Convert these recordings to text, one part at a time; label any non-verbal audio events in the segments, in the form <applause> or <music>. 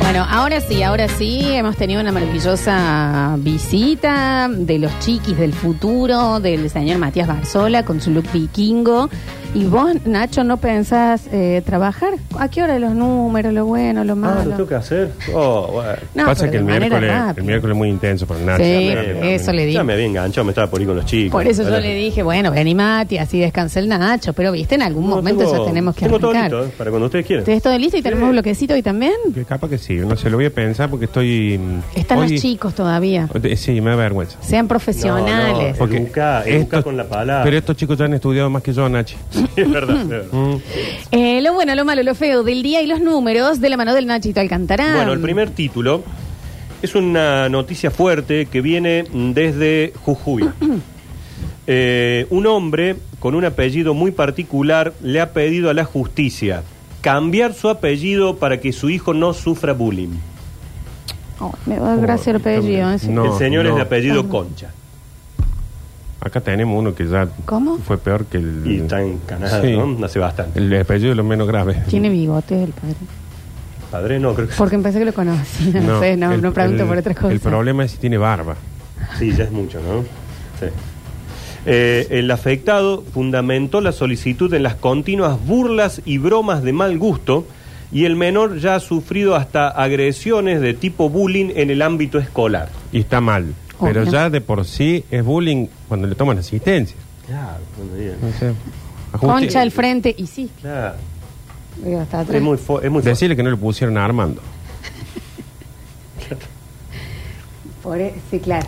Bueno, ahora sí, ahora sí, hemos tenido una maravillosa visita de los chiquis del futuro, del señor Matías Barzola con su look vikingo. Y vos, Nacho, ¿no pensás eh, trabajar? ¿A qué hora los números, lo bueno, lo Ah, lo malo? tengo que hacer. Oh, bueno. No, Pasa pero que el de manera miércoles, rápida. el miércoles es muy intenso para Nacho. Sí, la verdad que eso no. le digo. Ya me había enganchado, me estaba por ir con los chicos. Por eso yo Ahora- le dije, bueno, vení Mati, así descansa el Nacho. Pero viste, en algún No, momento tengo- ya tenemos que Tengo todo arrancar. listo, eh, para cuando ustedes <laughs> quieran. ¿Tenés todo listo y tenemos bloquecito hoy también? Que capaz que sí, no se lo voy a pensar porque estoy... mm, Están hoy- los chicos todavía. Eh, Sí, me da vergüenza. Sean profesionales. No, no, Educa, educa con la palabra. Pero estos chicos ya han estudiado más que yo, Nachi. es verdad, es verdad. Eh, lo bueno, lo malo, lo feo del día y los números de la mano del Nachito Alcantarán. Bueno, el primer título es una noticia fuerte que viene desde <coughs> Jujuy. Eh, un hombre con un apellido muy particular le ha pedido a la justicia cambiar su apellido para que su hijo no sufra bullying. Oh, me va a dar gracia el apellido. ¿eh? Sí. No, el señor es no. de apellido Concha. Acá tenemos uno que ya ¿Cómo? fue peor que el... Y está en Canadá, Sí. ¿no? Hace bastante. El apellido es lo menos grave. Tiene bigotes el padre. Padre, no, creo que Porque pensé que lo conocí. <laughs> No, sé, no, el- no pregunto el- por otras cosas. El problema es si tiene barba. Sí, ya es mucho, ¿no? Sí. Eh, el afectado fundamentó la solicitud en las continuas burlas y bromas de mal gusto y el menor ya ha sufrido hasta agresiones de tipo bullying en el ámbito escolar. Y está mal. Pero Obvio. ya de por sí es bullying cuando le toman asistencia. Claro, Mm. No sé. Ajuste- Concha al frente y sí. claro. Digo, está atrás. Es muy, fu- es muy fuerte. Decirle que no le pusieron a Armando. Por e- Sí, claro.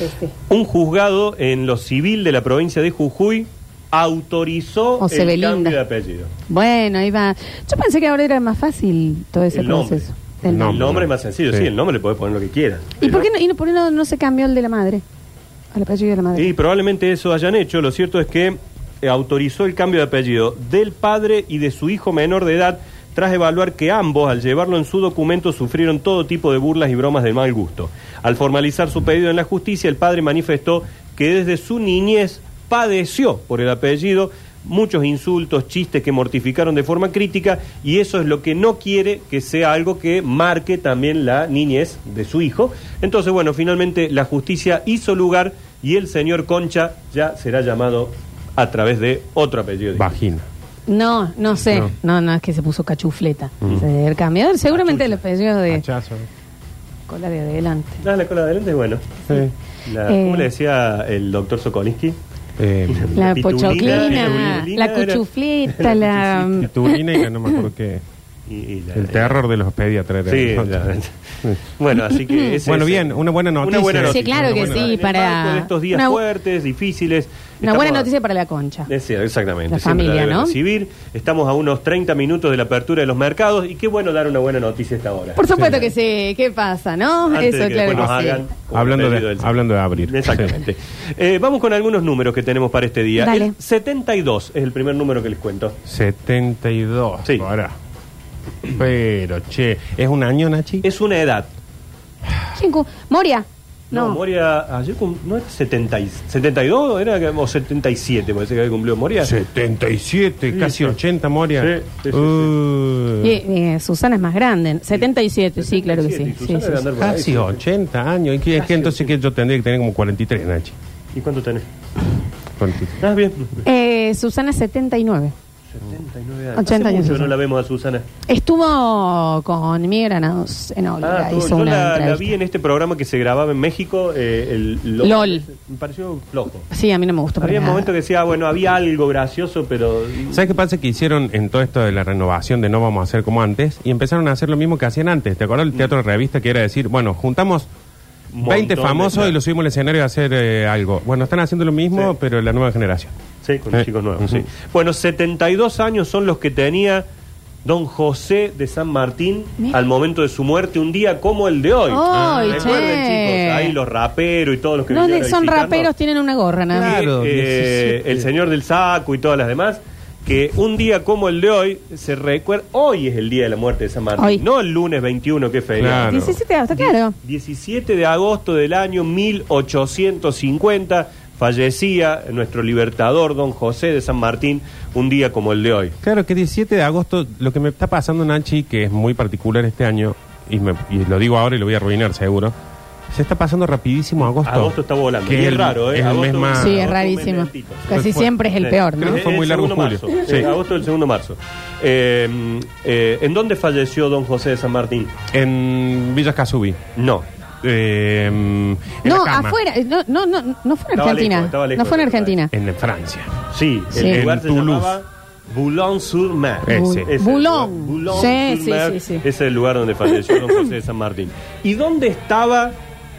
este. Sí, sí. Un juzgado en lo civil de la provincia de Jujuy autorizó O se ve el linda. cambio de apellido. Bueno, ahí va. Yo pensé que ahora era más fácil todo ese El nombre. proceso. El No. nombre. el nombre es más sencillo, sí, Sí. el nombre le podés poner lo que quieras. ¿Y por qué, no, y no- por qué no, no se cambió el de la madre? Al apellido de la madre. Y probablemente eso hayan hecho. Lo cierto es que eh, autorizó el cambio de apellido del padre y de su hijo menor de edad tras evaluar que ambos, al llevarlo en su documento, sufrieron todo tipo de burlas y bromas de mal gusto. Al formalizar su pedido en la justicia, el padre manifestó que desde su niñez padeció por el apellido muchos insultos, chistes que mortificaron de forma crítica y eso es lo que no quiere que sea algo que marque también la niñez de su hijo. Entonces, bueno, finalmente la justicia hizo lugar y el señor Concha ya será llamado a través de otro apellido. Vagina. No, no sé. No. No. no, es que se puso cachufleta. Se debe haber cambiado. Seguramente el apellido de Hachazo. cola de adelante. Ah, la cola de adelante es bueno. Sí. La- Eh. ¿Cómo le decía el doctor Sokolinsky? Eh, La pitulina, pochoclina, la pitulina era- cuchufleta, <laughs> la... pitulina y no me acuerdo qué. Y- y la- eh, El terror de los pediatras. era- Sí, la- <laughs> bueno, así que... <laughs> ese Bueno, es- bien, una buena noticia. Sí, claro Una que buena sí, noticia. En el para- marco de estos días una bu- fuertes, difíciles. Una estamos buena a- noticia para la concha. Es cierto, exactamente. La Siempre familia, debe ¿no? Recibir. Estamos a unos 30 minutos de la apertura de los mercados y qué bueno dar una buena noticia a esta hora. Por supuesto que sí. ¿Qué pasa, no? Antes de Eso, que claro después que nos sí. hagan un Hablando pedido de, del- hablando de abrir. Exactamente. Eh, vamos con algunos números que tenemos para este día. Dale. El 72 es el primer número que les cuento. Sí. 72. Sí. Ahora. Pero, che, ¿es un año, Nachi? Es una edad. ¿Quién cu- Moria. No, No. Moria ayer cum- no era 70 y- 72 era que- o 77, parece que había cumplido Moria. 77, casi 80, Moria. Sí, sí, sí, sí. Uh, Y, eh, Susana es más grande. 77, sí, claro que 77, sí. y Sí, sí, Susana debe sí. andar por ahí, sí, Casi sí. 80 años. ¿Y qué, Casi qué entonces que yo tendría que tener como 43, Nachi? ¿Y cuánto tenés? 43. Ah, bien. Eh, Susana 79. 79 80 Hace años, mucho Susana. no la vemos a Susana. Estuvo con mi granados en Olga. Ah, tú- hizo yo una la, la entrevista. vi en este programa que se grababa en México, eh, el LOL. LOL. Me pareció flojo. Sí, a mí no me gustó. para Había un nada. momento que decía, ah, bueno, había algo gracioso, pero... ¿Sabes qué pasa? Que hicieron en todo esto de la renovación de no vamos a hacer como antes y empezaron a hacer lo mismo que hacían antes. ¿Te acuerdas del teatro de revista que era decir, bueno, juntamos 20 Montón de- famosos y los subimos al escenario a hacer eh, algo? Bueno, están haciendo lo mismo, Sí. pero la nueva generación. Sí, con Eh, chicos nuevos, ujú. sí. Bueno, 72 años son los que tenía don José de San Martín Mira. al momento de su muerte, un día como el de hoy. ¡Ay, che! Recuerden, chicos, ahí los raperos y todos los que No, vinieron de- a son visitarnos. raperos, tienen una gorra, nada más. Claro, Eh, 17. el señor del saco y todas las demás, que un día como el de hoy se recuerda, hoy es el día de la muerte de San Martín, Hoy. no el lunes 21 que es feriado. Claro. 17 de agosto, claro. 17 de agosto del año 1850 fallecía nuestro libertador don José de San Martín un día como el de hoy. Claro que 17 de agosto, lo que me está pasando, Nachi, que es muy particular este año, y, me- y lo digo ahora y lo voy a arruinar seguro, se está pasando rapidísimo agosto. Agosto está volando. Que Y es es el- raro, ¿eh? es el Agosto- mes más- Sí, es agosto, un rarísimo. mes lentito. Casi Fue- siempre es el Sí. peor, Creo ¿no? que fue El muy largo segundo julio. marzo. Sí. El agosto del segundo marzo. Eh, eh, ¿En dónde falleció don José de San Martín? En Villas Casubi. No. Eh, en la No, cama. afuera. eh, No, no, no, no fue en Estaba Argentina. lejos, estaba lejos no fue en de Argentina. En Francia. Sí, el Sí. lugar En se Toulouse. llamaba Boulogne-sur-Mer. Ese. Es el Boulogne. lugar- Sí, Boulogne-sur-Mer sí, sí, sí. Es el lugar donde falleció don José de San Martín. ¿Y dónde estaba?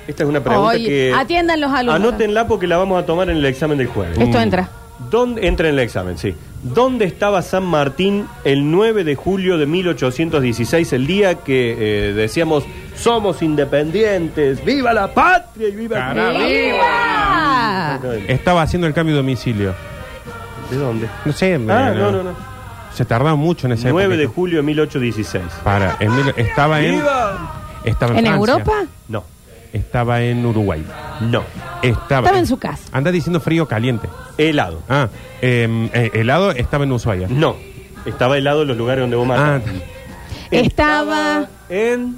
Esta es una pregunta Oye, que... atiendan los alumnos. Anótenla porque la vamos a tomar en el examen del jueves. Mm. Esto entra. ¿Dónde, entra en el examen, sí. ¿Dónde estaba San Martín el 9 de julio de 1816, el día que eh, decíamos somos independientes, viva la patria y viva Caramba. ¡Viva! Exactamente. Estaba haciendo el cambio de domicilio. ¿De dónde? No sé. me- Ah, no, no, no. Se tardaba mucho en ese 9 de julio de 1816. Para, en mil- estaba en. ¡Viva! Estaba en, ¿En Francia. Europa? No, Estaba en Uruguay. no. Estaba, Estaba en su casa. Anda diciendo frío o caliente. Helado. Ah, em, eh, helado estaba en Ushuaia. No. Estaba helado en los lugares donde vos Ah, marcas. Estaba. en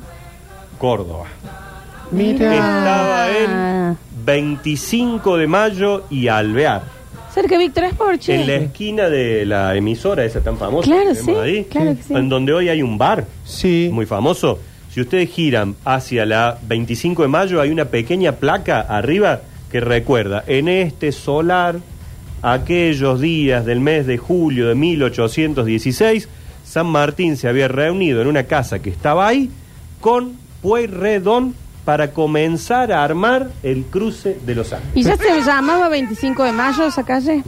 Córdoba. Mira. Estaba Ah, en 25 de mayo y Alvear. Cerca de Víctor Esporche. En la esquina de la emisora, esa tan famosa. Claro, que tenemos sí, ahí, claro que sí. En donde hoy hay un bar sí. muy famoso. Si ustedes giran hacia la 25 de mayo, hay una pequeña placa arriba que recuerda, en este solar, aquellos días del mes de julio de 1816, San Martín se había reunido en una casa que estaba ahí con Pueyrredón para comenzar a armar el cruce de los Andes. ¿Y ya se llamaba 25 de mayo esa calle?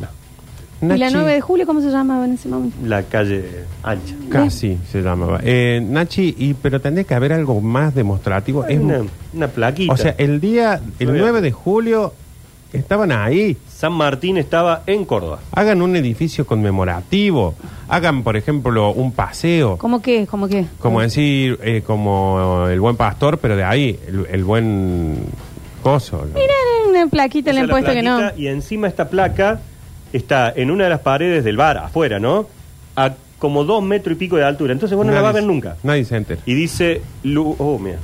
¿Y la Nachi- 9 de julio cómo se llamaba en ese momento? La calle ancha. Casi se llamaba. Eh, Nachi, y, pero tendría que haber algo más demostrativo. Es Es una, una plaquita. O sea, el día, el Muy bien. 9 de julio, estaban ahí. San Martín estaba en Córdoba. Hagan un edificio conmemorativo. Hagan, por ejemplo, un paseo. ¿Cómo qué? ¿Cómo qué? Como decir, eh, como el buen pastor, pero de ahí, el, el buen coso. ¿no? Mira, una plaquita Esa le han la puesto que no. plaquita, Y encima esta placa está en una de las paredes del bar, afuera, ¿no? A como dos metros y pico de altura. Entonces vos no la Nadie vas a ver se- nunca. Nadie se entera. Y dice, lu- oh, mira.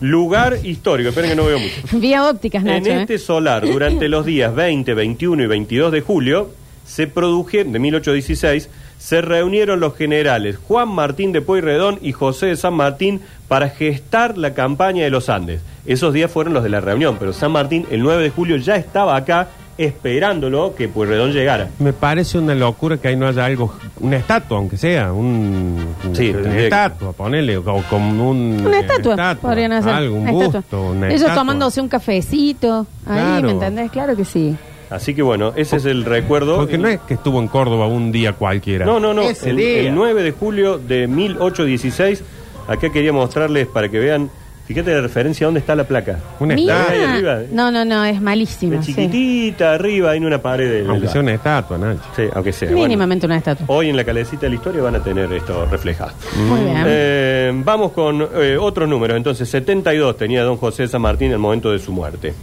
lugar histórico, esperen que no veo mucho. <laughs> Vía ópticas, En Nacho. ¿eh? este solar, durante los días 20, 21 y 22 de julio, se produjeron, de 1816, se reunieron los generales Juan Martín de Pueyrredón y José de San Martín para gestar la campaña de los Andes. Esos días fueron los de la reunión, pero San Martín el 9 de julio ya estaba acá esperándolo que Pueyrredón llegara. Me parece una locura que ahí no haya algo, una estatua, aunque sea, un, Sí, una tendría que- estatua, ponele, o como un, Una estatua, podrían hacer. algo, un una busto, estatua. una Ellos estatua. tomándose un cafecito. Ahí, Claro. ¿me entendés? Claro que sí. Así que bueno, ese es el recuerdo. Porque no es que estuvo en Córdoba un día cualquiera. No, no, no. Ese El, día. el 9 de julio de 1816, acá quería mostrarles para que vean, fíjate la referencia, ¿dónde está la placa? Una Mira. estatua. Ahí arriba, eh. No, no, no, es malísimo. Es sí. chiquitita, arriba, en una pared. del- Aunque del sea bar. una estatua, Nacho. Sí, aunque sea. bueno. Oh. Mínimamente una estatua. hoy en la calecita de la historia van a tener esto reflejado. Muy bien. Eh, vamos con eh, otros números. Entonces, 72 tenía don José San Martín en el momento de su muerte.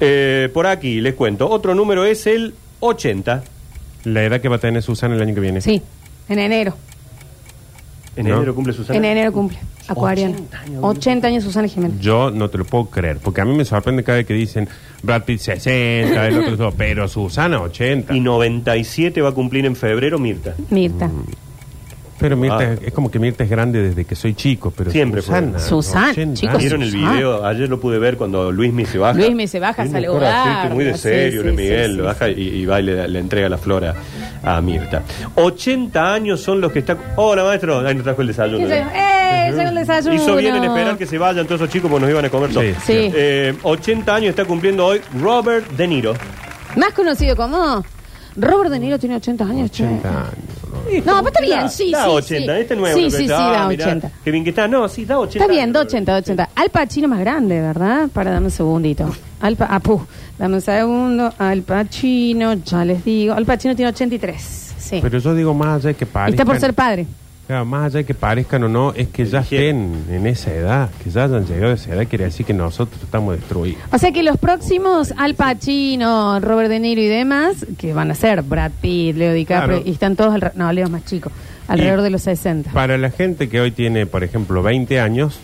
Eh, por aquí les cuento. Otro número es el 80. La edad que va a tener Susana el año que viene. Sí, en enero. En No. enero cumple Susana. En enero cumple. Acuariana. 80 años, Susana Jiménez. Yo no te lo puedo creer, porque a mí me sorprende cada vez que dicen Brad Pitt 60, el otro dos, pero Susana 80. Y 97 va a cumplir en febrero Mirta. Mirta. Pero Mirta, Ah. es como que Mirta es grande desde que soy chico, pero Siempre fue. Susana. Susana, chicos. ¿Vieron el Susana. video? Ayer lo pude ver cuando Luismi se baja. Luismi se baja a Luismi es saludar. un accidente Muy de Sí, serio, sí, Luis sí, Miguel sí, lo baja y, y va y le, le entrega la flor a, a Mirta. 80 años son los que están... Hola, maestro. Ahí nos trajo el Sí, desayuno. sí. ¡Eh! Llegó el desayuno. Hizo bien en esperar que se vayan todos esos chicos porque nos iban a comer Sí. todo. Sí. Eh, 80 años está cumpliendo hoy Robert De Niro. Más conocido como Robert De Niro tiene 80 años. che. 80 años. No, pero está bien, Da- sí, da sí, 80, sí. este nuevo. Sí, que sí, está, sí, da mirá, 80. Qué bien que está. No, sí, da 80. Está bien, de Robert. 80, de 80. Al Pacino más grande, ¿verdad? Para, dame un segundito. Al Pa- Apu, dame un segundo. Al Pacino, ya les digo. Al Pacino tiene 83. Sí. Pero yo digo más allá de que parezcan. Está por ser padre. Claro, más allá de que parezcan o no, es que ya estén en esa edad, que ya hayan llegado a esa edad, quiere decir que nosotros estamos destruidos. O sea que los próximos Al Pacino, Robert De Niro y demás, que van a ser Brad Pitt, Leo DiCaprio, Claro. y están todos, alre- no, Leo es más chico, alrededor Y de los 60. Para la gente que hoy tiene, por ejemplo, 20 años,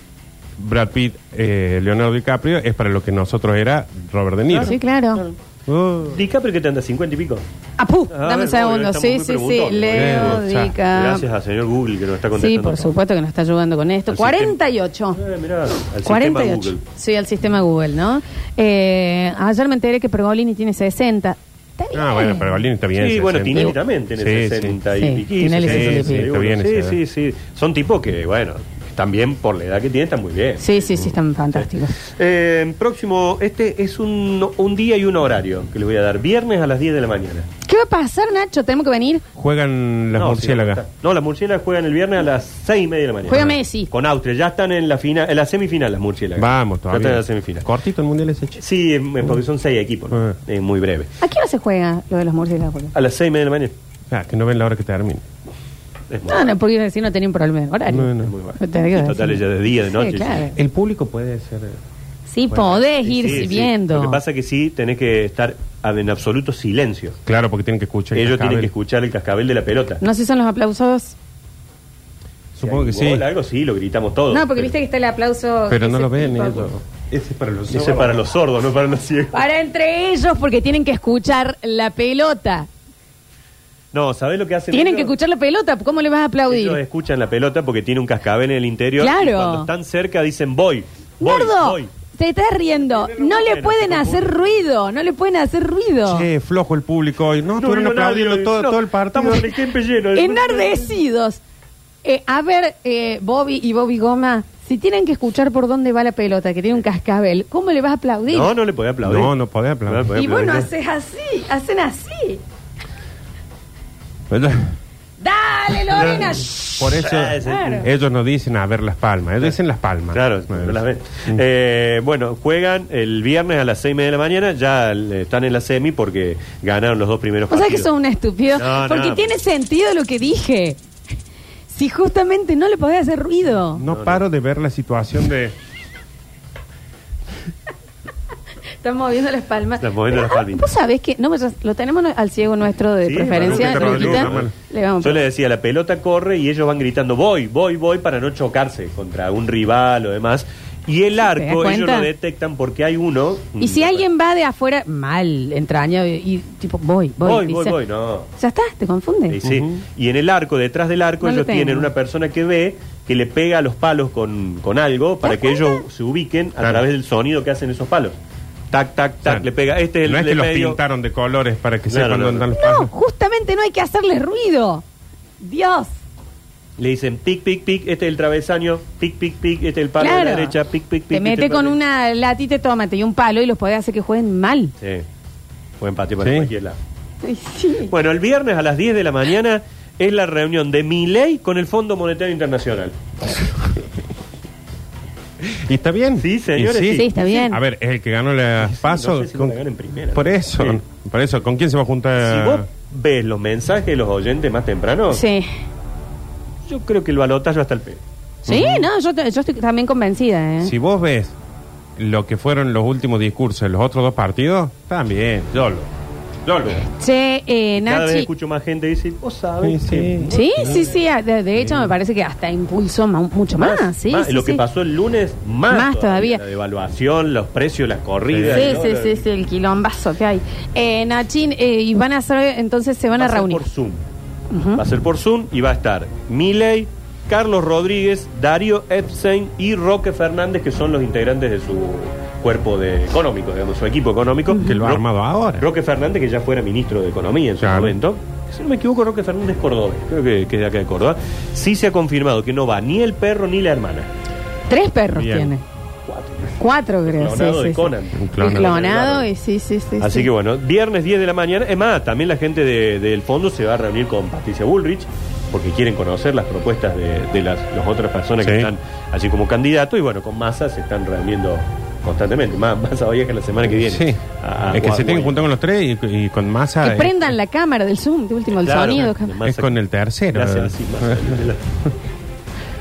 Brad Pitt, eh, Leonardo DiCaprio, es para lo que nosotros era Robert De Niro. Sí, claro. Oh. DiCaprio que te anda 50 y pico. Apu, A dame ver, un segundo. Ah, estamos Sí, muy sí, sí. preguntones. Leo Bien, Dica. Gracias al señor Google que nos está Sí, contestando. por supuesto que nos está ayudando con esto. Al 48. Eh, mirá, al sistema 48. Google. Sí, al sistema Google, ¿no? Eh, ayer me enteré que Pergolini tiene 60. Está bien. Ah, bueno, pero Balini está bien. Sí, bueno, 60. Tinelli también tiene Sí, sí. 60 Sí, y piquín. Tinelli 60 y sí, pico. sí, Está bien sí, sí, sí. Son tipos que, bueno, están bien por la edad que tienen, están muy bien. Sí, sí, sí, están fantásticos. Eh, próximo, este es un, un día y un horario que les voy a dar. Viernes a las 10 de la mañana. ¿Qué va a pasar, Nacho? ¿Tenemos que venir? Juegan las no, murciélagas. sí, no, las murciélagas juegan el viernes a las 6 y media de la mañana. Juega Messi. Con Austria. Ya están en la, fina, en la semifinal las murciélagas. Vamos, Ya están en todavía. la semifinal. Cortito el mundial ese chico. Sí, em, em, porque son 6 equipos. ¿no? Ah. Eh, muy breve. ¿A qué hora se juega lo de los murciélagos? A las 6 y media de la mañana. Ah, que no ven la hora que termine. Es muy No, no, porque iba a decir no tenía un problema de horario. No, no. muy bueno. Te digo, Total, sí. ella de día, de Sí, noche. claro. El público puede ser. eh, Sí, Bueno, podés Sí, ir sí. viendo. Lo que pasa es que sí tenés que estar a- en absoluto silencio. Claro, porque tienen que escuchar. el Ellos tienen cascabel. que escuchar el cascabel de la pelota. No sé si son los aplausos. Supongo que Si hay sí. gol, algo sí, lo gritamos todos. No, porque viste que está el aplauso. Pero no ese lo ven tipo. ellos. Ese es para los. Eso es para los sordos, no para los ciegos. Para entre ellos, porque tienen que escuchar la pelota. No, ¿sabés lo que hacen? Tienen ellos? que escuchar la pelota. ¿Cómo le vas a Ellos aplaudir? escuchan la pelota porque tiene un cascabel en el interior. Claro. Y cuando están cerca dicen voy, voy, Gordo, voy. te estás riendo. Primero No le bueno, pueden se hacer ruido. No le pueden hacer ruido. Che, flojo el público hoy. No, estuvieron vino nadie, aplaudiendo hoy. todo, No, todo el partido. Estamos en el campe lleno. Enardecidos. Eh, a ver, eh, Bobby y Bobby Goma, si tienen que escuchar por dónde va la pelota, que tiene un cascabel, ¿cómo le vas a aplaudir? No, no le podés aplaudir. No, no podés aplaudir. le podés y vos no aplaudir. haces así, hacen así. <laughs> Dale, Lorena. Shh. Por eso Ah, sí. Claro. ellos no dicen a ver las palmas. Ellos dicen las palmas. Claro, Bueno, Mm. no las ven. sí. Eh, bueno, juegan el viernes a las seis y media de la mañana. Ya eh, están en la semi porque ganaron los dos primeros O sea que partidos. sos un estúpido. No, porque no. tiene sentido lo que dije. Si justamente no le podés hacer ruido. No paro de ver la situación de. Este, Están moviendo las palmas. Están moviendo las Ah, palmitas. Vos sabés que no, pues, lo tenemos no- al ciego nuestro de Sí, preferencia. Manuel, Raúl, Luquita. Manuel. Le vamos Yo le decía, la pelota corre y ellos van gritando voy, voy, voy para no chocarse contra un rival o demás. Y el das arco ellos cuenta? lo detectan porque hay uno. Mm, Y si alguien va de afuera, mal, entraña y, y tipo, voy, voy. Voy, y voy, se- voy, no. Ya está, te confunde. Y, Eh, sí. y en el arco, detrás del arco, No lo ellos tienen tengo. una persona que ve, que le pega a los palos con, con algo para das que cuenta? ellos se ubiquen a Claro. través del sonido que hacen esos palos. Tac, tac, tac, Claro. le pega. Este es el no es de que los medio. pintaron de colores para que No, sepan no, no, dónde no. están los No, palmas. justamente no hay que hacerle ruido. Dios. Le dicen pic, pic, pic, este es el travesaño, pic, pic, pic, este es el palo de la Claro. derecha, pic, pic, pic. Te este mete el palo con de- una latita de tomate y un palo y los podés hacer que jueguen mal. Sí. Buen empate para Sí. cualquier lado. Ay, sí. Bueno, el viernes a las 10 de la mañana es la reunión de Milei con el Fondo Monetario Internacional. ¿Y está bien? Sí, señores, Y Sí, está bien. A ver, es el que ganó las pasos. no sé si con- van a ganar en primera. Por eso, Sí. por eso, ¿con quién se va a Si vos juntar? ves los mensajes de los oyentes más temprano, Sí. yo creo que el balotaje hasta el P. Sí, no, yo, te- yo estoy también convencida, ¿eh? Si vos ves lo que fueron los últimos discursos de los otros dos partidos, también, Yolo. Yolo. Che, eh, Cada vez Nachi. escucho más gente decir, vos sabés. Sí, que- sí. Sí, sí, sí. a- De, de hecho, me parece que hasta impulsó ma- mucho más. sí, sí, lo que sí. pasó el lunes, más, Más todavía. La devaluación, los precios, las corridas. Sí, ¿no? sí, La- sí, sí, el quilombazo que hay. Eh, Nachín, eh, y van a hacer, entonces se van va a ser reunir. por Zoom. Va a ser por Zoom y va a estar Milei, Carlos Rodríguez, Darío Epstein y Roque Fernández, que son los integrantes de su cuerpo de económico, digamos, su equipo económico. Que lo ha Ro- armado ahora. Roque Fernández, que ya fuera ministro de Economía en su Claro. momento. Si no me equivoco, Roque Fernández es cordobés, creo que, que es de acá de Córdoba. Sí se ha confirmado que no va ni el perro ni la hermana. Tres perros Bien. tiene. Cuatro. Cuatro, creo. sí, Clonado sí, de sí. Conan. Un Y Clonado, clonado. y sí, sí, sí. Así sí. que bueno, viernes 10 de la mañana. Es más, también la gente de- del fondo se va a reunir con Patricia Bullrich porque quieren conocer las propuestas de, de las, las otras personas que Sí. están así como candidatos. Y bueno, con Massa se están reuniendo constantemente. Más Massa hoy es que la semana que viene. Ah, Sí. A- a- es que a- se tienen que juntar con los tres y, y con masa. Que prendan la cámara del Zoom, de último, el Claro, sonido. claro. Es con el tercero. Le hacen así, Massa.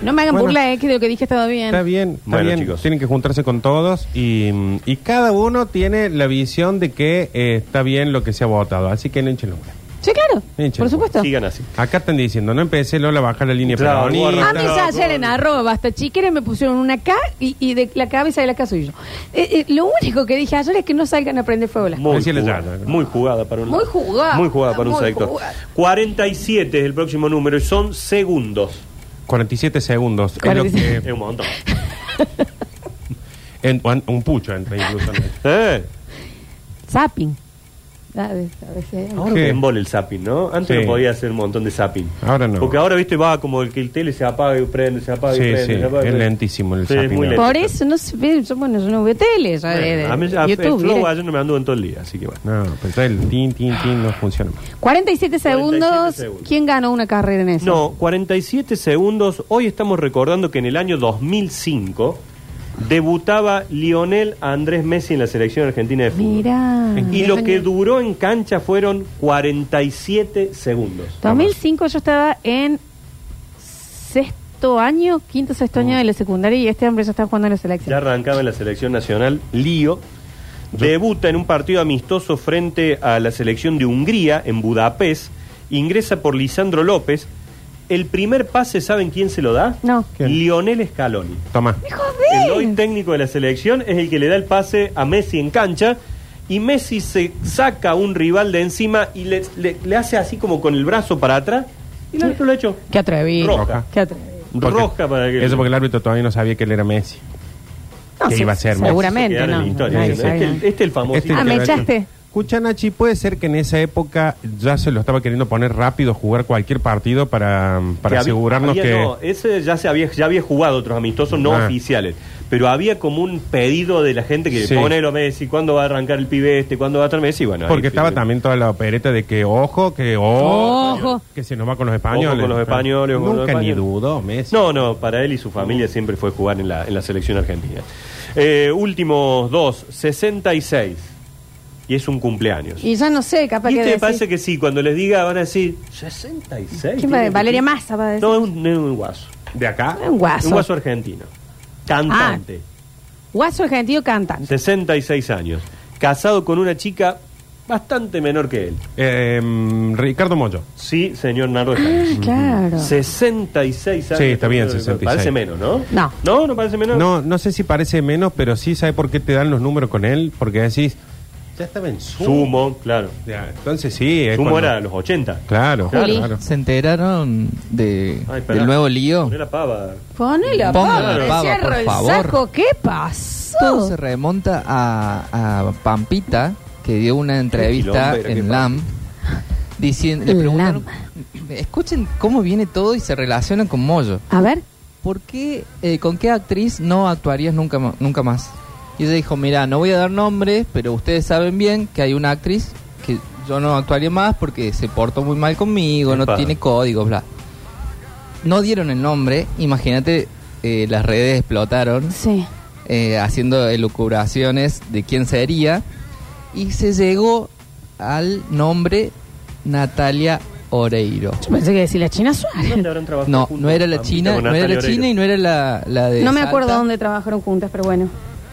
No me hagan Bueno. burla, eh, que de lo que dije estaba bien. Está bien, está Bueno, bien. chicos. Tienen que juntarse con todos y, y cada uno tiene la visión de que eh, está bien lo que se ha votado. Así que no hinchen los huevos. Sí, claro. Claro, Hinche, por supuesto. Sigan así. Acá están diciendo, no empecé Lola a bajar la línea Claro, peronista. A mí Ah, ya ayer en arroba basta chiquera me pusieron una K y, y de la cabeza de la K soy yo. Eh, eh, lo único que dije ayer es que no salgan a prender fuego las Muy Decirle jugada, ya, ¿no? muy jugada para un Muy jugada, Muy jugada para un muy sector. jugada. 47 es el próximo número y son segundos. 47 segundos. es lo 47. Es un <laughs> montón. que- en- un, un pucho entre incluso. ¿Eh? Zapping. Ah, A veces- a veces- Ahora Sí. me embole el zapping, ¿no? Antes Sí. no podía hacer un montón de zapping. Ahora no. Porque ahora, viste, va como el que el tele se apaga y prende, se apaga y Sí, prende. sí, se apaga y es prende. lentísimo el Sí, es zapping muy ahora. lento. Por eso no se ve, yo, bueno, yo no veo tele, yo, eh, de- Bueno, a mí ya- el YouTube. flow mire. ayer no me anduvo en todo el día, así que bueno. No, pero el tin, tin, tin no funciona más. 47 segundos, segundos. ¿quién ganó una carrera en eso? No, 47 segundos. Hoy estamos recordando que en el año 2005 debutaba Lionel Andrés Messi en la selección argentina de fútbol. Mira. Y lo que duró en cancha fueron 47 segundos. 2005 yo estaba en sexto año, quinto sexto año de la secundaria y este hombre ya está jugando en la Ya selección. arrancaba en la selección nacional Lío. Debuta en un partido amistoso frente a la selección de Hungría en Budapest. Ingresa por Lisandro López. El primer pase, ¿saben quién se lo da? No. ¿Quién? Lionel Scaloni. Toma. ¡Hijo El de! hoy técnico de la selección es el que le da el pase a Messi en cancha. Y Messi se saca a un rival de encima y le, le- le hace así como con el brazo para atrás. Y el árbitro lo ha hecho. ¡Qué atrevido! Roja. ¡Qué atrevido! Porque- Roja para que. Eso porque el árbitro todavía no sabía que él era Messi. No, ¿Qué sí, iba a ser, Messi? Seguramente, Quedaron no. en la historia. Nadie sí, Este, sabe, el- ¿no? este el famoso. Ah, me echaste. Escucha, Nachi, puede ser que en esa época ya se lo estaba queriendo poner rápido, jugar cualquier partido para, mm, para Que había- asegurarnos había- que. No, ese ya, se había, ya había jugado otros amistosos no Ah. oficiales. Pero había como un pedido de la gente que Sí. ponelo Messi, ¿cuándo va a arrancar el pibe este? ¿Cuándo va a estar Messi? Bueno, ahí Porque sí. estaba también toda la opereta de que ojo, que ojo, Ojo. que se nos va con los españoles. Ojo con los españoles, ojo Nunca con los ni españoles. dudó, Messi. No, no, para él y su familia siempre fue jugar en la, en la selección argentina. Eh, últimos dos, 66. Y es un cumpleaños. Y ya no sé, capaz ¿Y que te decís- parece que sí? Cuando les diga van a decir, ¿66? ¿Quién va a- ¿Tiene Valeria que- Massa va a decir. No, es un, es un guaso. De acá. Un guaso. Un guaso argentino. Cantante. Guaso argentino cantante. 66 años. Casado con una chica bastante menor que él. Eh, mm, Ricardo Mollo. Sí, señor Nardo Ah, Escanilla. Claro. 66 años. Sí, está bien, 66. Parece menos, ¿no? No. No, no parece menos. No, no sé si parece menos, pero sí sabe por qué te dan los números con él, porque decís, ya estaba en sumo. Sumo, claro. Ya, entonces sí, es Sumo cuando- era a los 80. Claro, Juli. claro. ¿Se enteraron de, Ay, pará. del nuevo lío? Poné la pava. Ponele a Ponga pava, la le pava, cierro por el favor. saco. ¿Qué Todo se pasó? remonta a, a Pampita, que dio una entrevista quilombera que en LAM. Diciendo, le LAM. preguntaron, escuchen cómo viene todo y se relaciona con Moyo. A ver, ¿Por qué, eh, con qué actriz no actuarías nunca, ma- nunca más? Y ella dijo, mira, no voy a dar nombres, pero ustedes saben bien que hay una actriz que yo no actuaría más porque se portó muy mal conmigo, no Epa. tiene códigos, bla. No dieron el nombre, imagínate, eh, las redes explotaron sí. eh, haciendo elucubraciones de quién sería y se llegó al nombre Natalia Oreiro. Yo pensé que decía la China Suárez. ¿Dónde habrán trabajado No, juntos? no era la Pampita China, con no era Natalia la Oreiro. China y no era la, la de No me Salta. acuerdo dónde trabajaron juntas, pero bueno.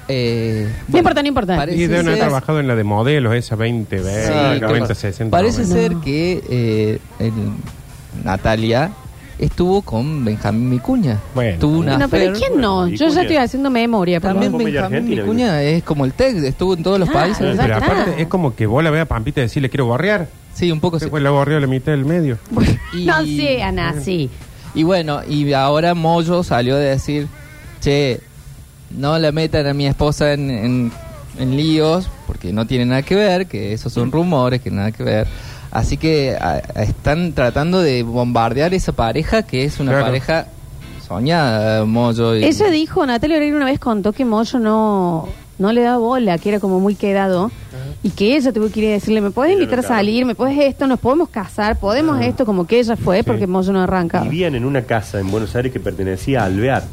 Eh, No bueno, importa, no importa. parece Y deben haber ser- trabajado en la de modelos, esa 20, 20, Sí, que 90, pa- 60. Parece 90. ser No. que eh, el- Natalia estuvo con Benjamín Micuña. Bueno. Tuvo una No, pero affair. ¿quién no? Yo ya estoy haciendo memoria. pero También bueno. Comedia Benjamín argentina, Micuña es como el Tex, estuvo en todos los Claro, países. Pero Claro. aparte, es como que vos la veas a Pampita y decís, le quiero gorrear. Sí, un poco sí. Después la gorreó la mitad del medio. Y- <laughs> No sé, Ana, sí. Y bueno, y ahora Moyo salió de decir, che, no la metan a mi esposa en, en- en líos, porque no tiene nada que ver, que esos son rumores, que nada que ver. Así que a- a- están tratando de bombardear esa pareja, que es una Claro. pareja soñada, Moyo. Y, Ella dijo, Natalia Oreiro una vez contó que Moyo no, no le daba bola, que era como muy quedado. Y que ella tuvo que ir y decirle, ¿me puedes Ella no invitar a estaba. salir? ¿Me puedes esto? ¿Nos podemos casar? ¿Podemos Ah. esto? Como que ella fue, porque Moyo no arranca. Vivían en una casa en Buenos Aires que pertenecía a Alvear.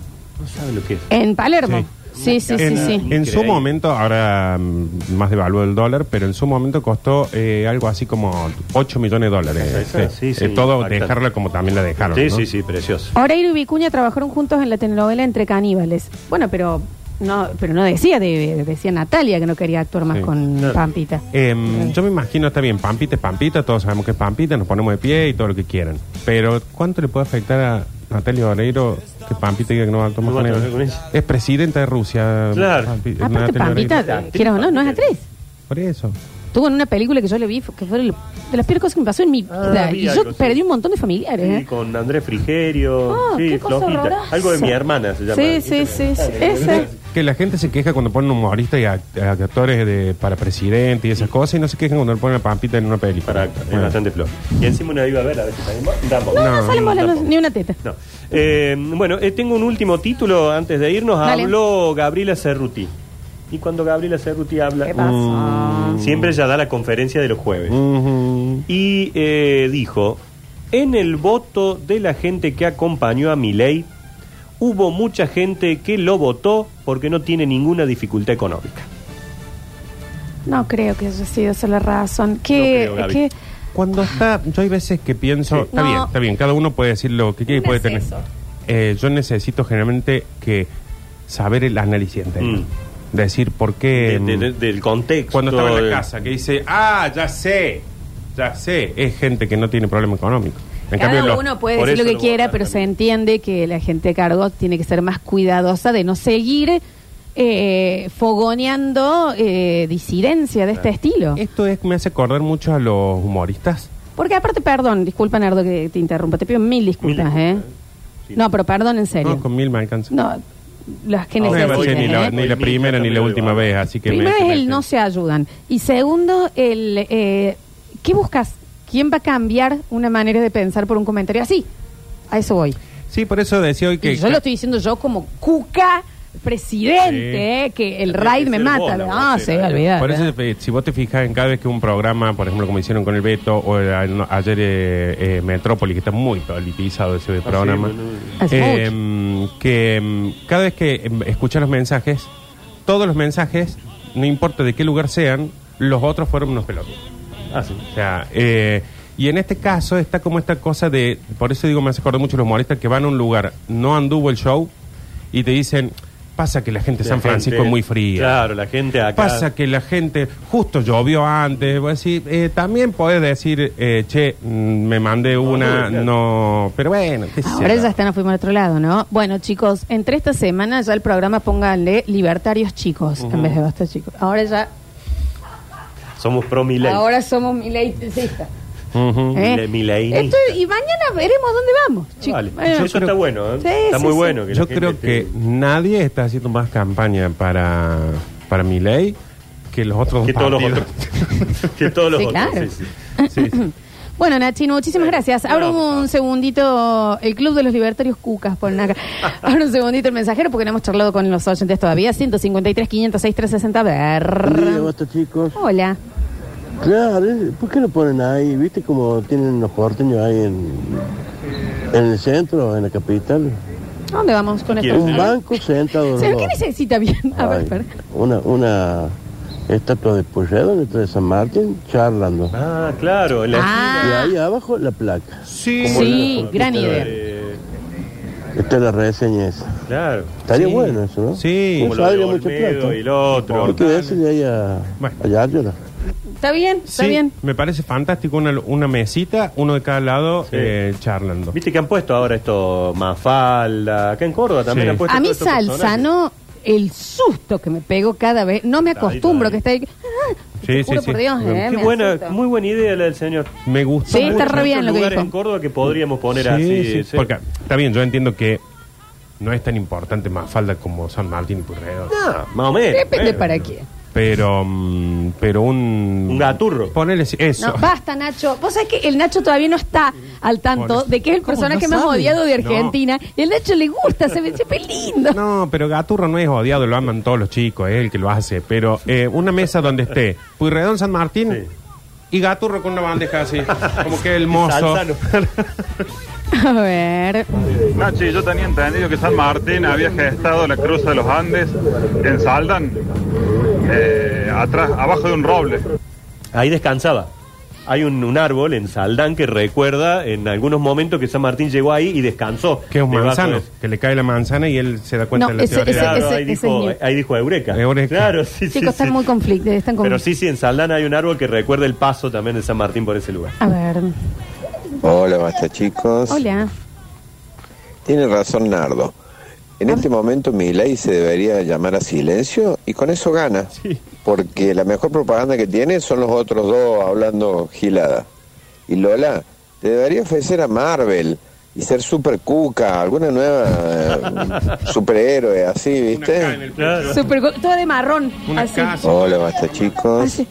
No saben lo que es. En Palermo. Sí, sí, sí, en, sí. sí. en su Increíble. momento, ahora mm, más devaluado el dólar, pero en su momento costó eh, algo así como 8 millones de dólares. Sí, sí, sí, Eh, todo impactante. dejarla como también la dejaron. Sí, ¿no? sí, sí, precioso. Oreiro y Vicuña trabajaron juntos en la telenovela Entre Caníbales. Bueno, pero No, pero no decía, de- decía Natalia que no quería actuar más Sí. con Claro. Pampita. Em, yo me imagino, está bien, Pampita es Pampita, todos sabemos que es Pampita, nos ponemos de pie y todo lo que quieran. Pero, ¿cuánto le puede afectar a Natalia Oreiro que Pampita diga que no va a tomar No va a con trabajar él? con ella. Es presidenta de Rusia. Claro. Pampita- Aparte, Natalia Ah, Oreiro. Pampita, eh, quieras o no, no es actriz. Por eso. Estuvo en una película que yo le vi, que fue lo- de las peores cosas que me pasó en mi Ah, vida. vi y yo algo, sí. perdí un montón de familiares. Sí, ¿eh? con Andrés Frigerio. Ah, sí, qué cosa flojita. horrorosa. Algo de mi hermana se llama. Sí, sí, sí, sí. Esa. Que la gente se queja cuando ponen humoristas y act- actores de, para presidente y esas cosas y no se quejan cuando le ponen a Pampita en una película. Para, es Bueno. bastante flor. Y encima una iba a ver, a ver si salimos. Tampoco. No, no, sale bola, no, tampoco. ni una teta. No. Eh, bueno, eh, tengo un último título antes de irnos. Dale. Habló Gabriela Cerruti. Y cuando Gabriela Cerruti habla, Mm. ¿Qué Mm. pasó? siempre ella da la conferencia de los jueves. Ujú. Y eh, dijo, en el voto de la gente que acompañó a Milei, hubo mucha gente que lo votó porque no tiene ninguna dificultad económica. No creo que haya sido esa la razón. Que, No creo, Gaby. que Cuando está, yo hay veces que pienso, Sí. está Ah. No. bien, está bien, cada uno puede decir lo que quiere y Un puede tener. exceso. Eh, yo necesito generalmente que saber el análisis entero. Mm. Decir por De- qué. de- de- mm, del contexto. eh, cuando estaba en de- la casa, que dice, ah, ya sé, ya sé, es gente que no tiene problema económico. En cada cambio, los- uno puede por decir eso lo que lo quiera, votan pero se también. entiende que la gente de cargo tiene que ser más cuidadosa de no seguir eh, fogoneando eh, disidencia de este estilo. Esto es, me hace acordar mucho a los humoristas. Porque aparte, perdón, disculpa, Nardo, que te interrumpa. Te pido mil Mil disculpas, disculpas, ¿eh? Sí. No, pero perdón, en serio. No, con mil me alcanza. No, las que No, me bueno, necesitan, alcanza sí, ni, ¿eh? la, ni la primera ni la última vez, así que... me Primero hace es la el no gente. se ayudan. Y segundo, el eh, ¿qué buscas? ¿Quién va a cambiar una manera de pensar por un comentario así? A eso voy. Sí, por eso decía hoy que... Y yo lo estoy diciendo yo como cuca presidente, Sí. eh, que el Tenés raid que me ser mata. vos la no, vocera, se ¿eh? olvidar. Por eso, eh, si vos te fijas en cada vez que un programa, por ejemplo, como hicieron con el Beto, o el- a- no, ayer eh, eh, Metrópoli, que está muy politizado ese Ah, sí, programa, no, no, no. Hace eh, que mm, cada vez que mm, escuchas los mensajes, todos los mensajes, no importa de qué lugar sean, los otros fueron unos pelotos. Ah, sí. O sea, eh, y en este caso está como esta cosa de, por eso digo, me hace acordar mucho los humoristas que van a un lugar, no anduvo el show, y te dicen, pasa que la gente La de San Francisco gente- es muy fría. Claro, la gente acá. Pasa que la gente, justo llovió antes, vos decís, eh, también podés decir, eh, che, mm, me mandé una, claro. no, pero bueno, qué sé Ahora yo. ya está, nos fuimos al otro lado, ¿no? Bueno, chicos, entre esta semana ya el programa pónganle libertarios chicos en vez de basta chicos. Ahora ya, Somos pro Milei. ahora somos mileitistas. Ujú. ¿eh? Mile- mileísta. Esto- y mañana veremos dónde vamos, chicos. Vale. Bueno, Eso está bueno, ¿eh? Sí, está sí, muy sí. bueno. que la Yo gente creo esté- que nadie está haciendo más campaña para, para mi ley que los otros Que dos todos los partidos. otros. <laughs> que todos los Sí, otros. claro. sí, sí. Sí, sí. Bueno, Nachino, muchísimas gracias. Abro No, por un favor. segundito el Club de los Libertarios Cucas, por <laughs> acá. Abro un segundito el mensajero porque no hemos charlado con los oyentes todavía. 153, 506, 360. A Buen día, ver. basta, chicos. Hola. Claro, ¿eh? ¿por qué lo ponen ahí? ¿Viste como tienen los porteños ahí en, en el centro, en la capital? ¿A dónde vamos con esto? Un banco sentado. los ¿Pero dos. qué necesita bien? A ver, Ay, espera. una, una estatua de Pueyrredón dentro de San Martín charlando. Ah, claro. en la Y Ah, ahí abajo la placa. Sí. esquina, sí, como la- gran como la- idea. eh, Esta es la reseña esa. Claro. Estaría Sí. bueno eso, ¿no? Sí. Un Como lo de salario mucho Olmedo plata. y el otro. Hay que decirle ahí a, Bueno. a Yáyola. ¿Está bien? ¿Está Sí, bien? me parece fantástico una, una mesita, uno de cada lado eh, charlando. Viste que han puesto ahora esto Mafalda, acá en Córdoba también Sí. han puesto A mí todos estos salsa, personajes. ¿no? El susto que me pego cada vez. No me Está ahí, acostumbro que está está ahí. Sí, Te sí, juro sí. por Dios, ¿eh? Qué me buena, asusta. muy buena idea la del señor. Me gusta. Sí, está Muchos re bien lo que lugares dijo. en Córdoba que podríamos poner así. sí, sí. Porque está bien, yo entiendo que no es tan importante Mafalda como San Martín y Purreo, Ah, más o menos. Depende eh. para qué. pero mm, pero un Un gaturro. Ponele si- eso. No, basta, Nacho. Vos sabés que el Nacho todavía no está al tanto Por- de que es el ¿Cómo? personaje ¿No más sabe? odiado de Argentina. Y el Nacho le gusta, se ve siempre lindo. <laughs> No, pero Gaturro no es odiado, lo aman todos los chicos, es el que lo hace. Pero eh, una mesa donde esté Puyredón San Martín Sí. y Gaturro con una bandeja así, como <laughs> que el mozo. Salsano. <laughs> A ver. Nachi, yo tenía entendido que San Martín había gestado la cruz de los Andes en Saldan, eh, atrás, abajo de un roble. Ahí descansaba. hay un, un árbol en Saldán que recuerda en algunos momentos que San Martín llegó ahí y descansó. Que es un debajo manzano, de- que le cae la manzana y él se da cuenta No, de la ese- teoría. Claro, ahí, ese es dijo, mío. ahí dijo Eureka. Eureka. Claro, sí, sí, Chicos, están sí. muy conflictos. Están con- Pero sí, sí, en Saldán hay un árbol que recuerda el paso también de San Martín por ese lugar. A ver. Hola, basta chicos. Hola. Tiene razón Nardo. En Ah. este momento mi ley se debería llamar a silencio y con eso gana. Porque la mejor propaganda que tiene son los otros dos hablando gilada. Y Lola, te debería ofrecer a Marvel y ser super cuca, alguna nueva <laughs> eh, superhéroe, así, Una cae en ¿viste? el pecho. Super, todo de marrón. Una así. casa. Hola, basta Ah, chicos. sí.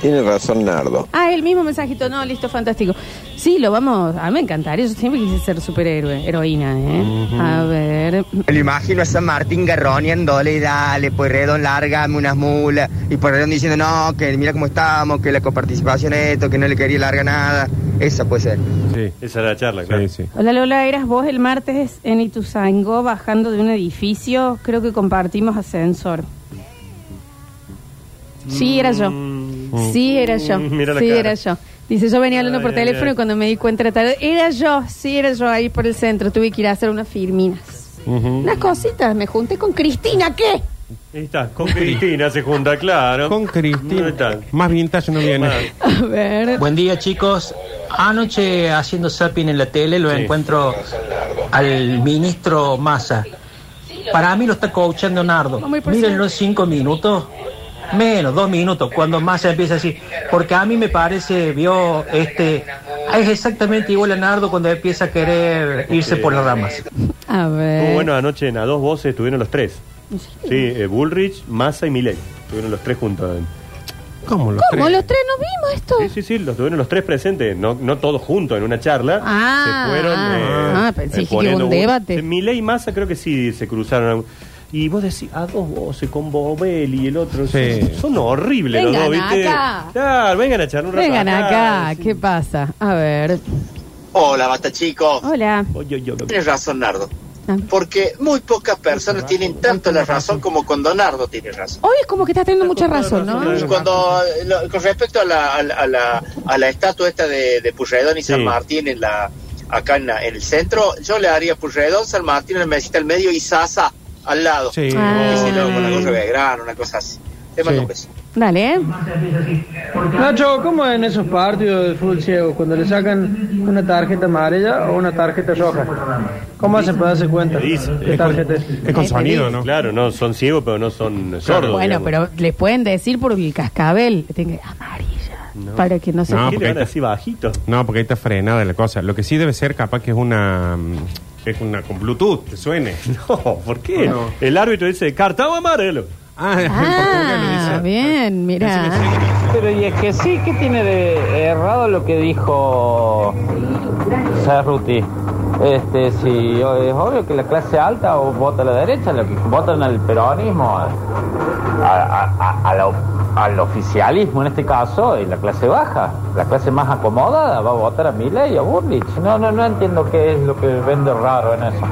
Tiene razón Nardo. Ah, el mismo mensajito. No, listo, fantástico. Sí, lo vamos. A mí me encantaría. Yo siempre quise ser superhéroe, heroína, ¿eh? A ver. Me lo imagino a San Martín garroneándole y dale, pues redón, lárgame unas mulas. Y por redón diciendo, no, que mira cómo estamos, que la coparticipación esto, que no le quería larga nada. Esa puede ser. Sí, Esa era la charla, claro. sí, sí. Hola Lola, eras vos el martes en Ituzaingó bajando de un edificio. Creo que compartimos ascensor. Sí, era yo. Sí, era yo. Mm, mira la Sí, cara. era yo. Dice, yo venía hablando Ay, por ay, teléfono ay. y cuando me di cuenta era tarde, era yo, sí, era yo ahí por el centro. Tuve que ir a hacer unas firminas. Ujú. Unas cositas, me junté con Cristina, ¿qué? Ahí está, con Cristina se junta, claro. Con Ahí Cristina. está. Más vintage no viene. Más. A ver. Buen día chicos. Anoche haciendo zapping en la tele lo Sí. encuentro al ministro Massa. Para mí lo está coachando Nardo. Muy por Mírenlo cierto. cinco minutos, menos dos minutos, cuando Massa empieza así. Porque a mí me parece, vio, este, es exactamente igual a Nardo cuando empieza a querer irse por las ramas. A ver. Estuvo bueno anoche en a dos voces, estuvieron los tres. Sí, eh, Bullrich, Massa y Milei. Estuvieron los tres juntos. ¿Cómo los ¿Cómo tres? los tres nos vimos esto? Sí, sí, sí, los tuvieron los tres presentes, no, no todos juntos en una charla. Ah, se fueron. eh, ah, pensé eh, que hubo poniendo un bu- debate. Milei y Massa creo que sí se cruzaron. Y vos decís, a dos voces, con Bobel y el otro. Sí. Son, son horribles los Vengan dos, ¿viste? acá. Claro, vengan a charlar un rato. Vengan acá, sí. ¿qué pasa? A ver. Hola, basta chicos. Hola. Oye, oye, oye. Tienes razón, Nardo. Ah. Porque muy pocas personas tienen tanto la razón como cuando Nardo tiene razón. Hoy es como que estás teniendo mucha razón, ¿no? Y cuando, eh, lo- con respecto a la, a la, a la, a la estatua esta de, de Pueyrredón y Sí. San Martín en la acá en, la- en el centro, yo le haría Pueyrredón, San Martín en la mesita al medio y Sasa al lado. Sí. Ah. Que si no, con la gorra de Belgrano, una cosa así. Te mando Sí. un beso. Dale, ¿eh? Nacho, ¿cómo en esos partidos de fútbol ciego cuando le sacan una tarjeta amarilla o una tarjeta roja? ¿Cómo hacen para darse cuenta? Dice, ¿Qué es, con, tarjeta es? es con Ahí te sonido, digo. ¿no? Claro, no, son ciegos, pero no son sordos. bueno, pero digamos. les pueden decir por el cascabel. Le tienen que amarilla. Para que no se. No, ¿Qué <laughs> porque le ahí van a está- decir bajito? No, porque ahí está frenada la cosa. Lo que sí debe ser capaz que es una... mm, Es una con Bluetooth, que suene. No, Oh, ¿por qué? No. El árbitro dice, cartón amarelo. Ah, en Portugal le Ah, dice. bien, mira. Pero y es que sí, que tiene de errado lo que dijo Cerruti? Este, sí, o- es obvio que la clase alta o vota a la derecha, lo que votan al peronismo, a- a- a- a la op- al oficialismo en este caso, y la clase baja, la clase más acomodada va a votar a Milei y a Burlich. No, no, no entiendo qué es lo que vende raro en eso.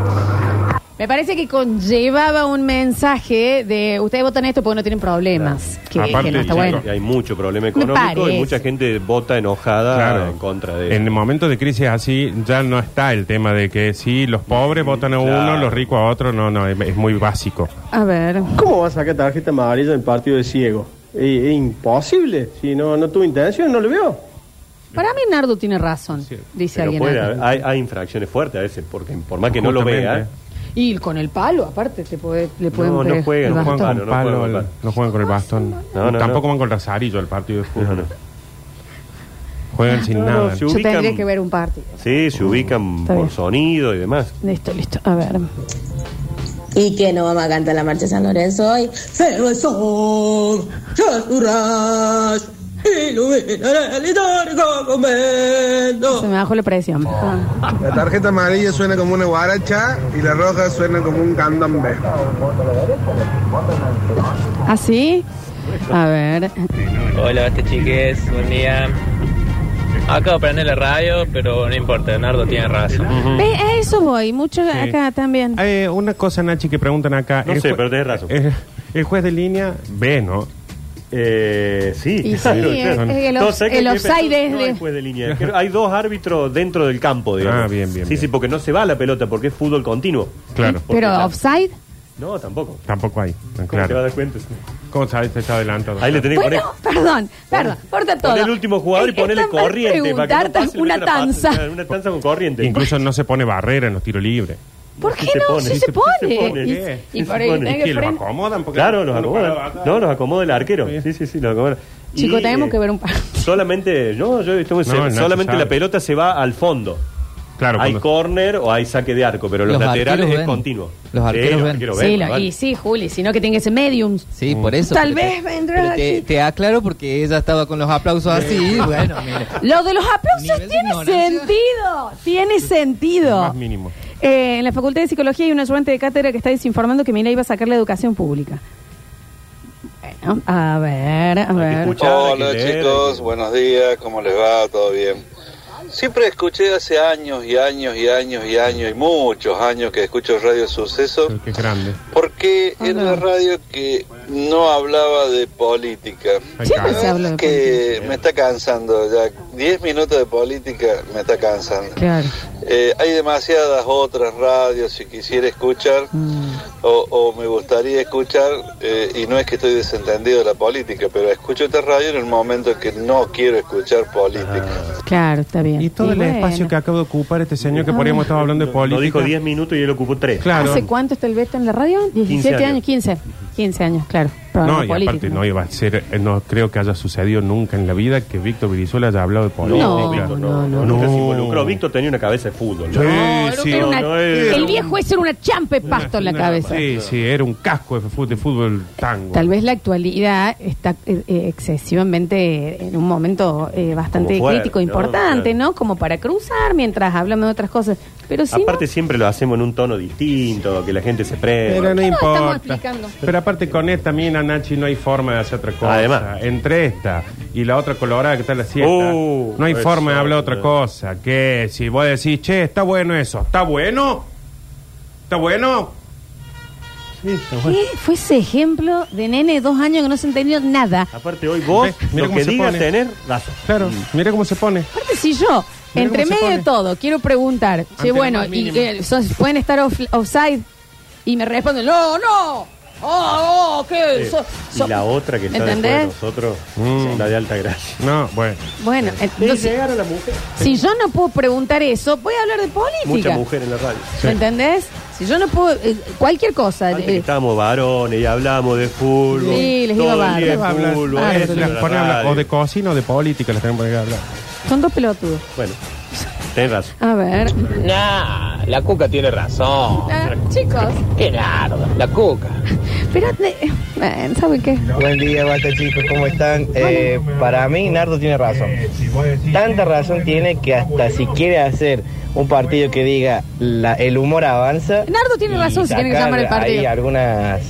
Me parece que conllevaba un mensaje de ustedes votan esto porque no tienen problemas. Que, que Aparte, no está chicos, bueno. Hay mucho problema Me económico parece. y mucha gente vota enojada Claro. en contra de En el momento de crisis así ya no está el tema de que si los pobres votan a Claro. uno, los ricos a otro, no, no, es, es muy básico. A ver. ¿Cómo vas a sacar tarjeta amarilla en partido de ciego? ¿E, Es imposible. Si no, no tuvo intención, no lo vio. Para mí Nardo tiene razón, dice Pero alguien. puede acá. haber- hay, hay infracciones fuertes a veces, porque por más que no lo Justamente. vea, Y con el palo, aparte, te puede, le pueden no pegar juega, el no bastón. juega. Con no palo, juegan con el- palo. no juegan con el bastón. No, no, Tampoco no. van con razarillo al partido de no, fútbol. no. Juegan sin No, no, nada. se Yo ubican- tendría que ver un partido. Sí, se ubican Está por bien. sonido y demás. Listo, listo. A ver. Y que no vamos a cantar la marcha de San Lorenzo hoy. Pero el sol ya surrás, iluminará el letargo momento. Se me bajó la presión. Ah. La tarjeta amarilla suena como una guaracha y la roja suena como un candombe. ¿Así? Ah, A ver. Hola, basta chiques, buen día. Acabo de prender la radio, pero no importa, Nardo tiene razón. Ve, a eso voy. Mucho acá también. Eh, una cosa, Nachi, que preguntan acá. No El sé, jue- pero tenés razón. El, el juez de línea ve, ¿no? Eh, sí, Y sí, claro, es- claro. es el Todo off- sé que el hay que offside pensar, es no de- después de línea. Es que Hay dos árbitros dentro del campo, digamos. Ah, bien, bien, Sí, sí, porque no se va la pelota, porque es fútbol continuo. Claro. Pero offside. No, tampoco. Tampoco hay. ¿Cómo te vas a Claro. dar cuenta? ¿Cómo sabes que está adelantado? Ahí le tenés que poner. Bueno, perdón, perdón, corta todo. Poné el último jugador y Es- es ponele tan mal corriente. Para que no preguntarte pase, le una mete una pata, tanza. Una tanza con corriente. Incluso no se pone barrera en los tiros libres. ¿Por qué Sí se no? pone, Sí sí se se pone. pone, Y- ¿qué? Y Sí por se ahí pone. tenés Y que que los frenar. acomodan. Porque Claro, los uno acomoda. para la- No, los acomoda el arquero. Sí, sí, sí, los acomoda. Chico, Y, tenemos eh, que ver un par. Solamente, no, yo estoy- se- Nacho solamente sabe. la pelota se va al fondo. Claro, hay cuando- córner o hay saque de arco, pero los, Los laterales arqueros es ven. continuo. Los Sí, arqueros ven. Sí, lo- vale. y sí, Juli, sino que tiene que ser mediums. Sí, por eso. Tal pero vez te- vendrá pero te, aquí. te aclaro porque ella estaba con los aplausos así. <laughs> bueno, mira. Lo de los aplausos Nivel de tiene ignorancia. sentido, tiene lo sentido. más mínimo. Eh, en la Facultad de Psicología hay una ayudante de cátedra que está desinformando que Milei va a sacar la educación pública. Bueno, a ver, a ver. escuchar, hay que Hola leer, hay chicos, que- buenos días, ¿cómo les va? ¿Todo bien? Siempre escuché hace años y años y años y años y muchos años que escucho Radio Suceso Creo que es grande. porque Ah, era la radio que no hablaba de política. Ay, Siempre cara. se habla de Que me está cansando ya, 10 minutos de política me está cansando. Claro. Eh, hay demasiadas otras radios si quisiera escuchar o, o me gustaría escuchar eh, y no es que estoy desentendido de la política pero escucho esta radio en el momento en que no quiero escuchar política Claro, está bien. Y todo el bueno. espacio que acabo de ocupar este señor que por ahí hemos estado hablando Lo de política. dijo 10 minutos y él ocupó 3. Claro. ¿Hace cuánto está el Beto en la radio? 17 años. años. 15. 15 años, claro. Programa No, y político. aparte no iba a ser, eh, no creo que haya sucedido nunca en la vida que Víctor Virizuela haya hablado de política. No, Víctor, no, no. Nunca se No. involucró. Víctor tenía una cabeza de fútbol. Sí, ¿no? No, era sí. era una- no, no, era el un- viejo ese era una champe pasto en la Una- cabeza. Sí, sí, era un casco de fútbol, de fútbol tango. Tal vez la actualidad está eh, eh, excesivamente en un momento eh, bastante Como fuerte, crítico, ¿no? importante, Claro. ¿no? Como para cruzar mientras hablamos de otras cosas. Pero si Aparte siempre lo hacemos en un tono distinto, que la gente se prenda. Pero no ¿Qué nos estamos importa. explicando? Pero aparte con esta mina, Nachi, no hay forma de hacer otra cosa. Además. Entre esta y la otra colorada que está en la siesta, Uh, no hay eso, forma de hablar otra eh. cosa. Que si vos decís, che, está bueno eso, ¿está bueno? ¿Está bueno? no, ¿qué fue ese ejemplo de nene de dos años que no se entendió nada? Aparte hoy vos, Ve, mira lo cómo que se digas pone. tener, razón. Claro, Mm. mira cómo se pone. Aparte, si yo, Mira entre cómo se medio de pone. todo, quiero preguntar, che, lo bueno, más y mínimo. que sos- pueden estar off- offside, y me responden, no, no, oh, oh, que Eh, so- so- y la otra que está ¿Entendés? después de nosotros, Mm. la de alta gracia. No, bueno. Bueno, entonces, llegaron las mujeres? si yo no puedo preguntar eso, voy a hablar de política. Mucha mujer en la radio. ¿Me entendés? Si yo no puedo, eh, cualquier cosa. Antes que eh, estábamos varones y hablamos de fútbol. Sí, les todo iba el bárbaro. día de Les va a Habla- fútbol, Ah, eh, eso, las la pone a hablar radio. o de cocina o de política, las tenemos que hablar. son dos pelotudos. Bueno, tenés razón. A ver. Nah, la cuca tiene razón. Ah, chicos, Qué nardo, la cuca. <laughs> pero. eh, bueno, ¿Saben qué? Buen día, basta chicos, ¿cómo están? Eh, para mí, Nardo tiene razón. Tanta razón tiene que hasta si quiere hacer un partido que diga la- el humor avanza. Nardo tiene y razón si quiere sacar llamar el partido. Hay algunas,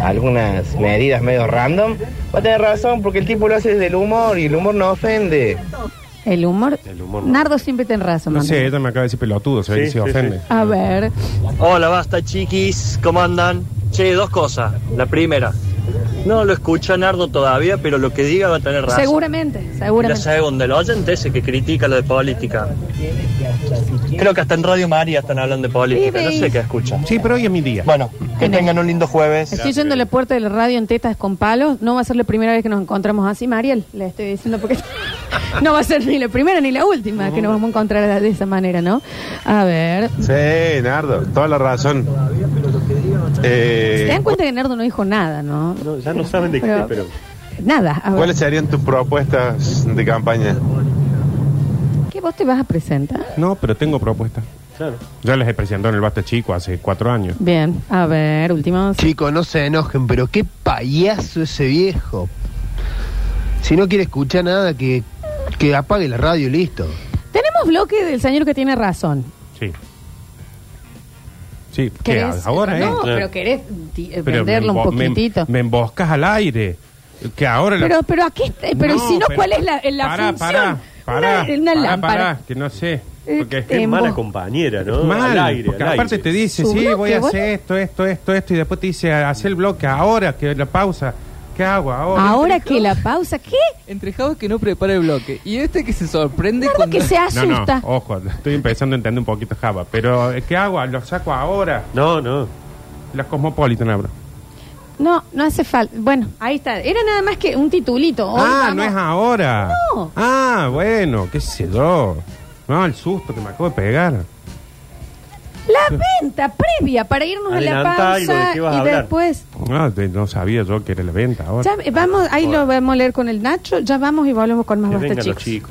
algunas medidas medio random. Va a tener razón porque el tipo lo hace desde el humor y el humor no ofende. El humor. El humor no. Nardo siempre tiene razón, No sé, Manuel. ella me acaba de decir pelotudo, se ve Sí, que se sí, ofende. A ver. Hola, basta chiquis, ¿cómo andan? Che, dos cosas. La primera, no lo escucha Nardo todavía, pero lo que diga va a tener razón. Seguramente, Y la seguramente. segunda, el oyente ese que critica lo de política. Creo que hasta en Radio María están hablando de política, no sé qué escuchan. Sí, pero hoy es mi día. Bueno, que tengan un lindo jueves. Estoy yendo a la puerta de la radio en tetas con palos. No va a ser la primera vez que nos encontramos así, Mariel. Le estoy diciendo porque <laughs> no va a ser ni la primera ni la última que nos vamos a encontrar de esa manera, ¿no? A ver. Sí, Nardo, toda la razón. Se Eh, dan cuenta que Nardo no dijo nada, ¿no? No, ya no saben de qué, Pero- pero. Nada. A ver. ¿Cuáles serían tus propuestas de campaña? ¿Qué vos te vas a presentar? No, pero tengo propuestas. Claro. Ya les he presentado en el Basta Chico hace cuatro años. Bien, a ver, últimos. Chicos, no se enojen, pero qué payaso ese viejo. Si no quiere escuchar nada, que, que apague la radio y listo. Tenemos bloque del señor que tiene razón. Sí. Sí, ¿qué? ¿Querés- Ahora, ¿eh? No, Claro. pero querés ti- eh, Pero me venderlo un embo- me- em- poquitito. Me, emboscas al aire. Que ahora la- pero, pero aquí, está- Eh, pero No, si no, pero- ¿cuál es la, eh, la Pará, función? pará, pará, una, una pará, lámpara. pará, que no sé. Porque Eh, es Qué En mala vos. compañera, ¿no? mal, al aire, porque al aire. aparte te dice, Su sí, bloque, voy a bueno. hacer esto, esto, esto, esto, y después te dice, hacer el bloque ahora, que la pausa. ¿Qué hago ahora? Ahora que la pausa, ¿qué? Entre Jao que no prepara el bloque y este que se sorprende Nardo cuando... que se hace- No, Oh. asusta. no, ojo, estoy empezando a entender un poquito Java, pero eh, ¿qué hago? ¿Lo saco ahora? No, no. Las Cosmopolitan abro. No, no hace falta. Bueno, ahí está. Era nada más que un titulito. Hoy ah, vamos- no es ahora. No. Ah, bueno, qué sé yo. No, el susto que me acabo de pegar. La venta previa para irnos Adelantá a y la lo de pausa qué vas a hablar. después. No, Ah, de- no sabía yo que era la venta ahora. Ya, eh, vamos, ahí lo vamos a leer con el Nacho. Ya vamos y volvemos con más Que Basta, vengan los chicos. chicos.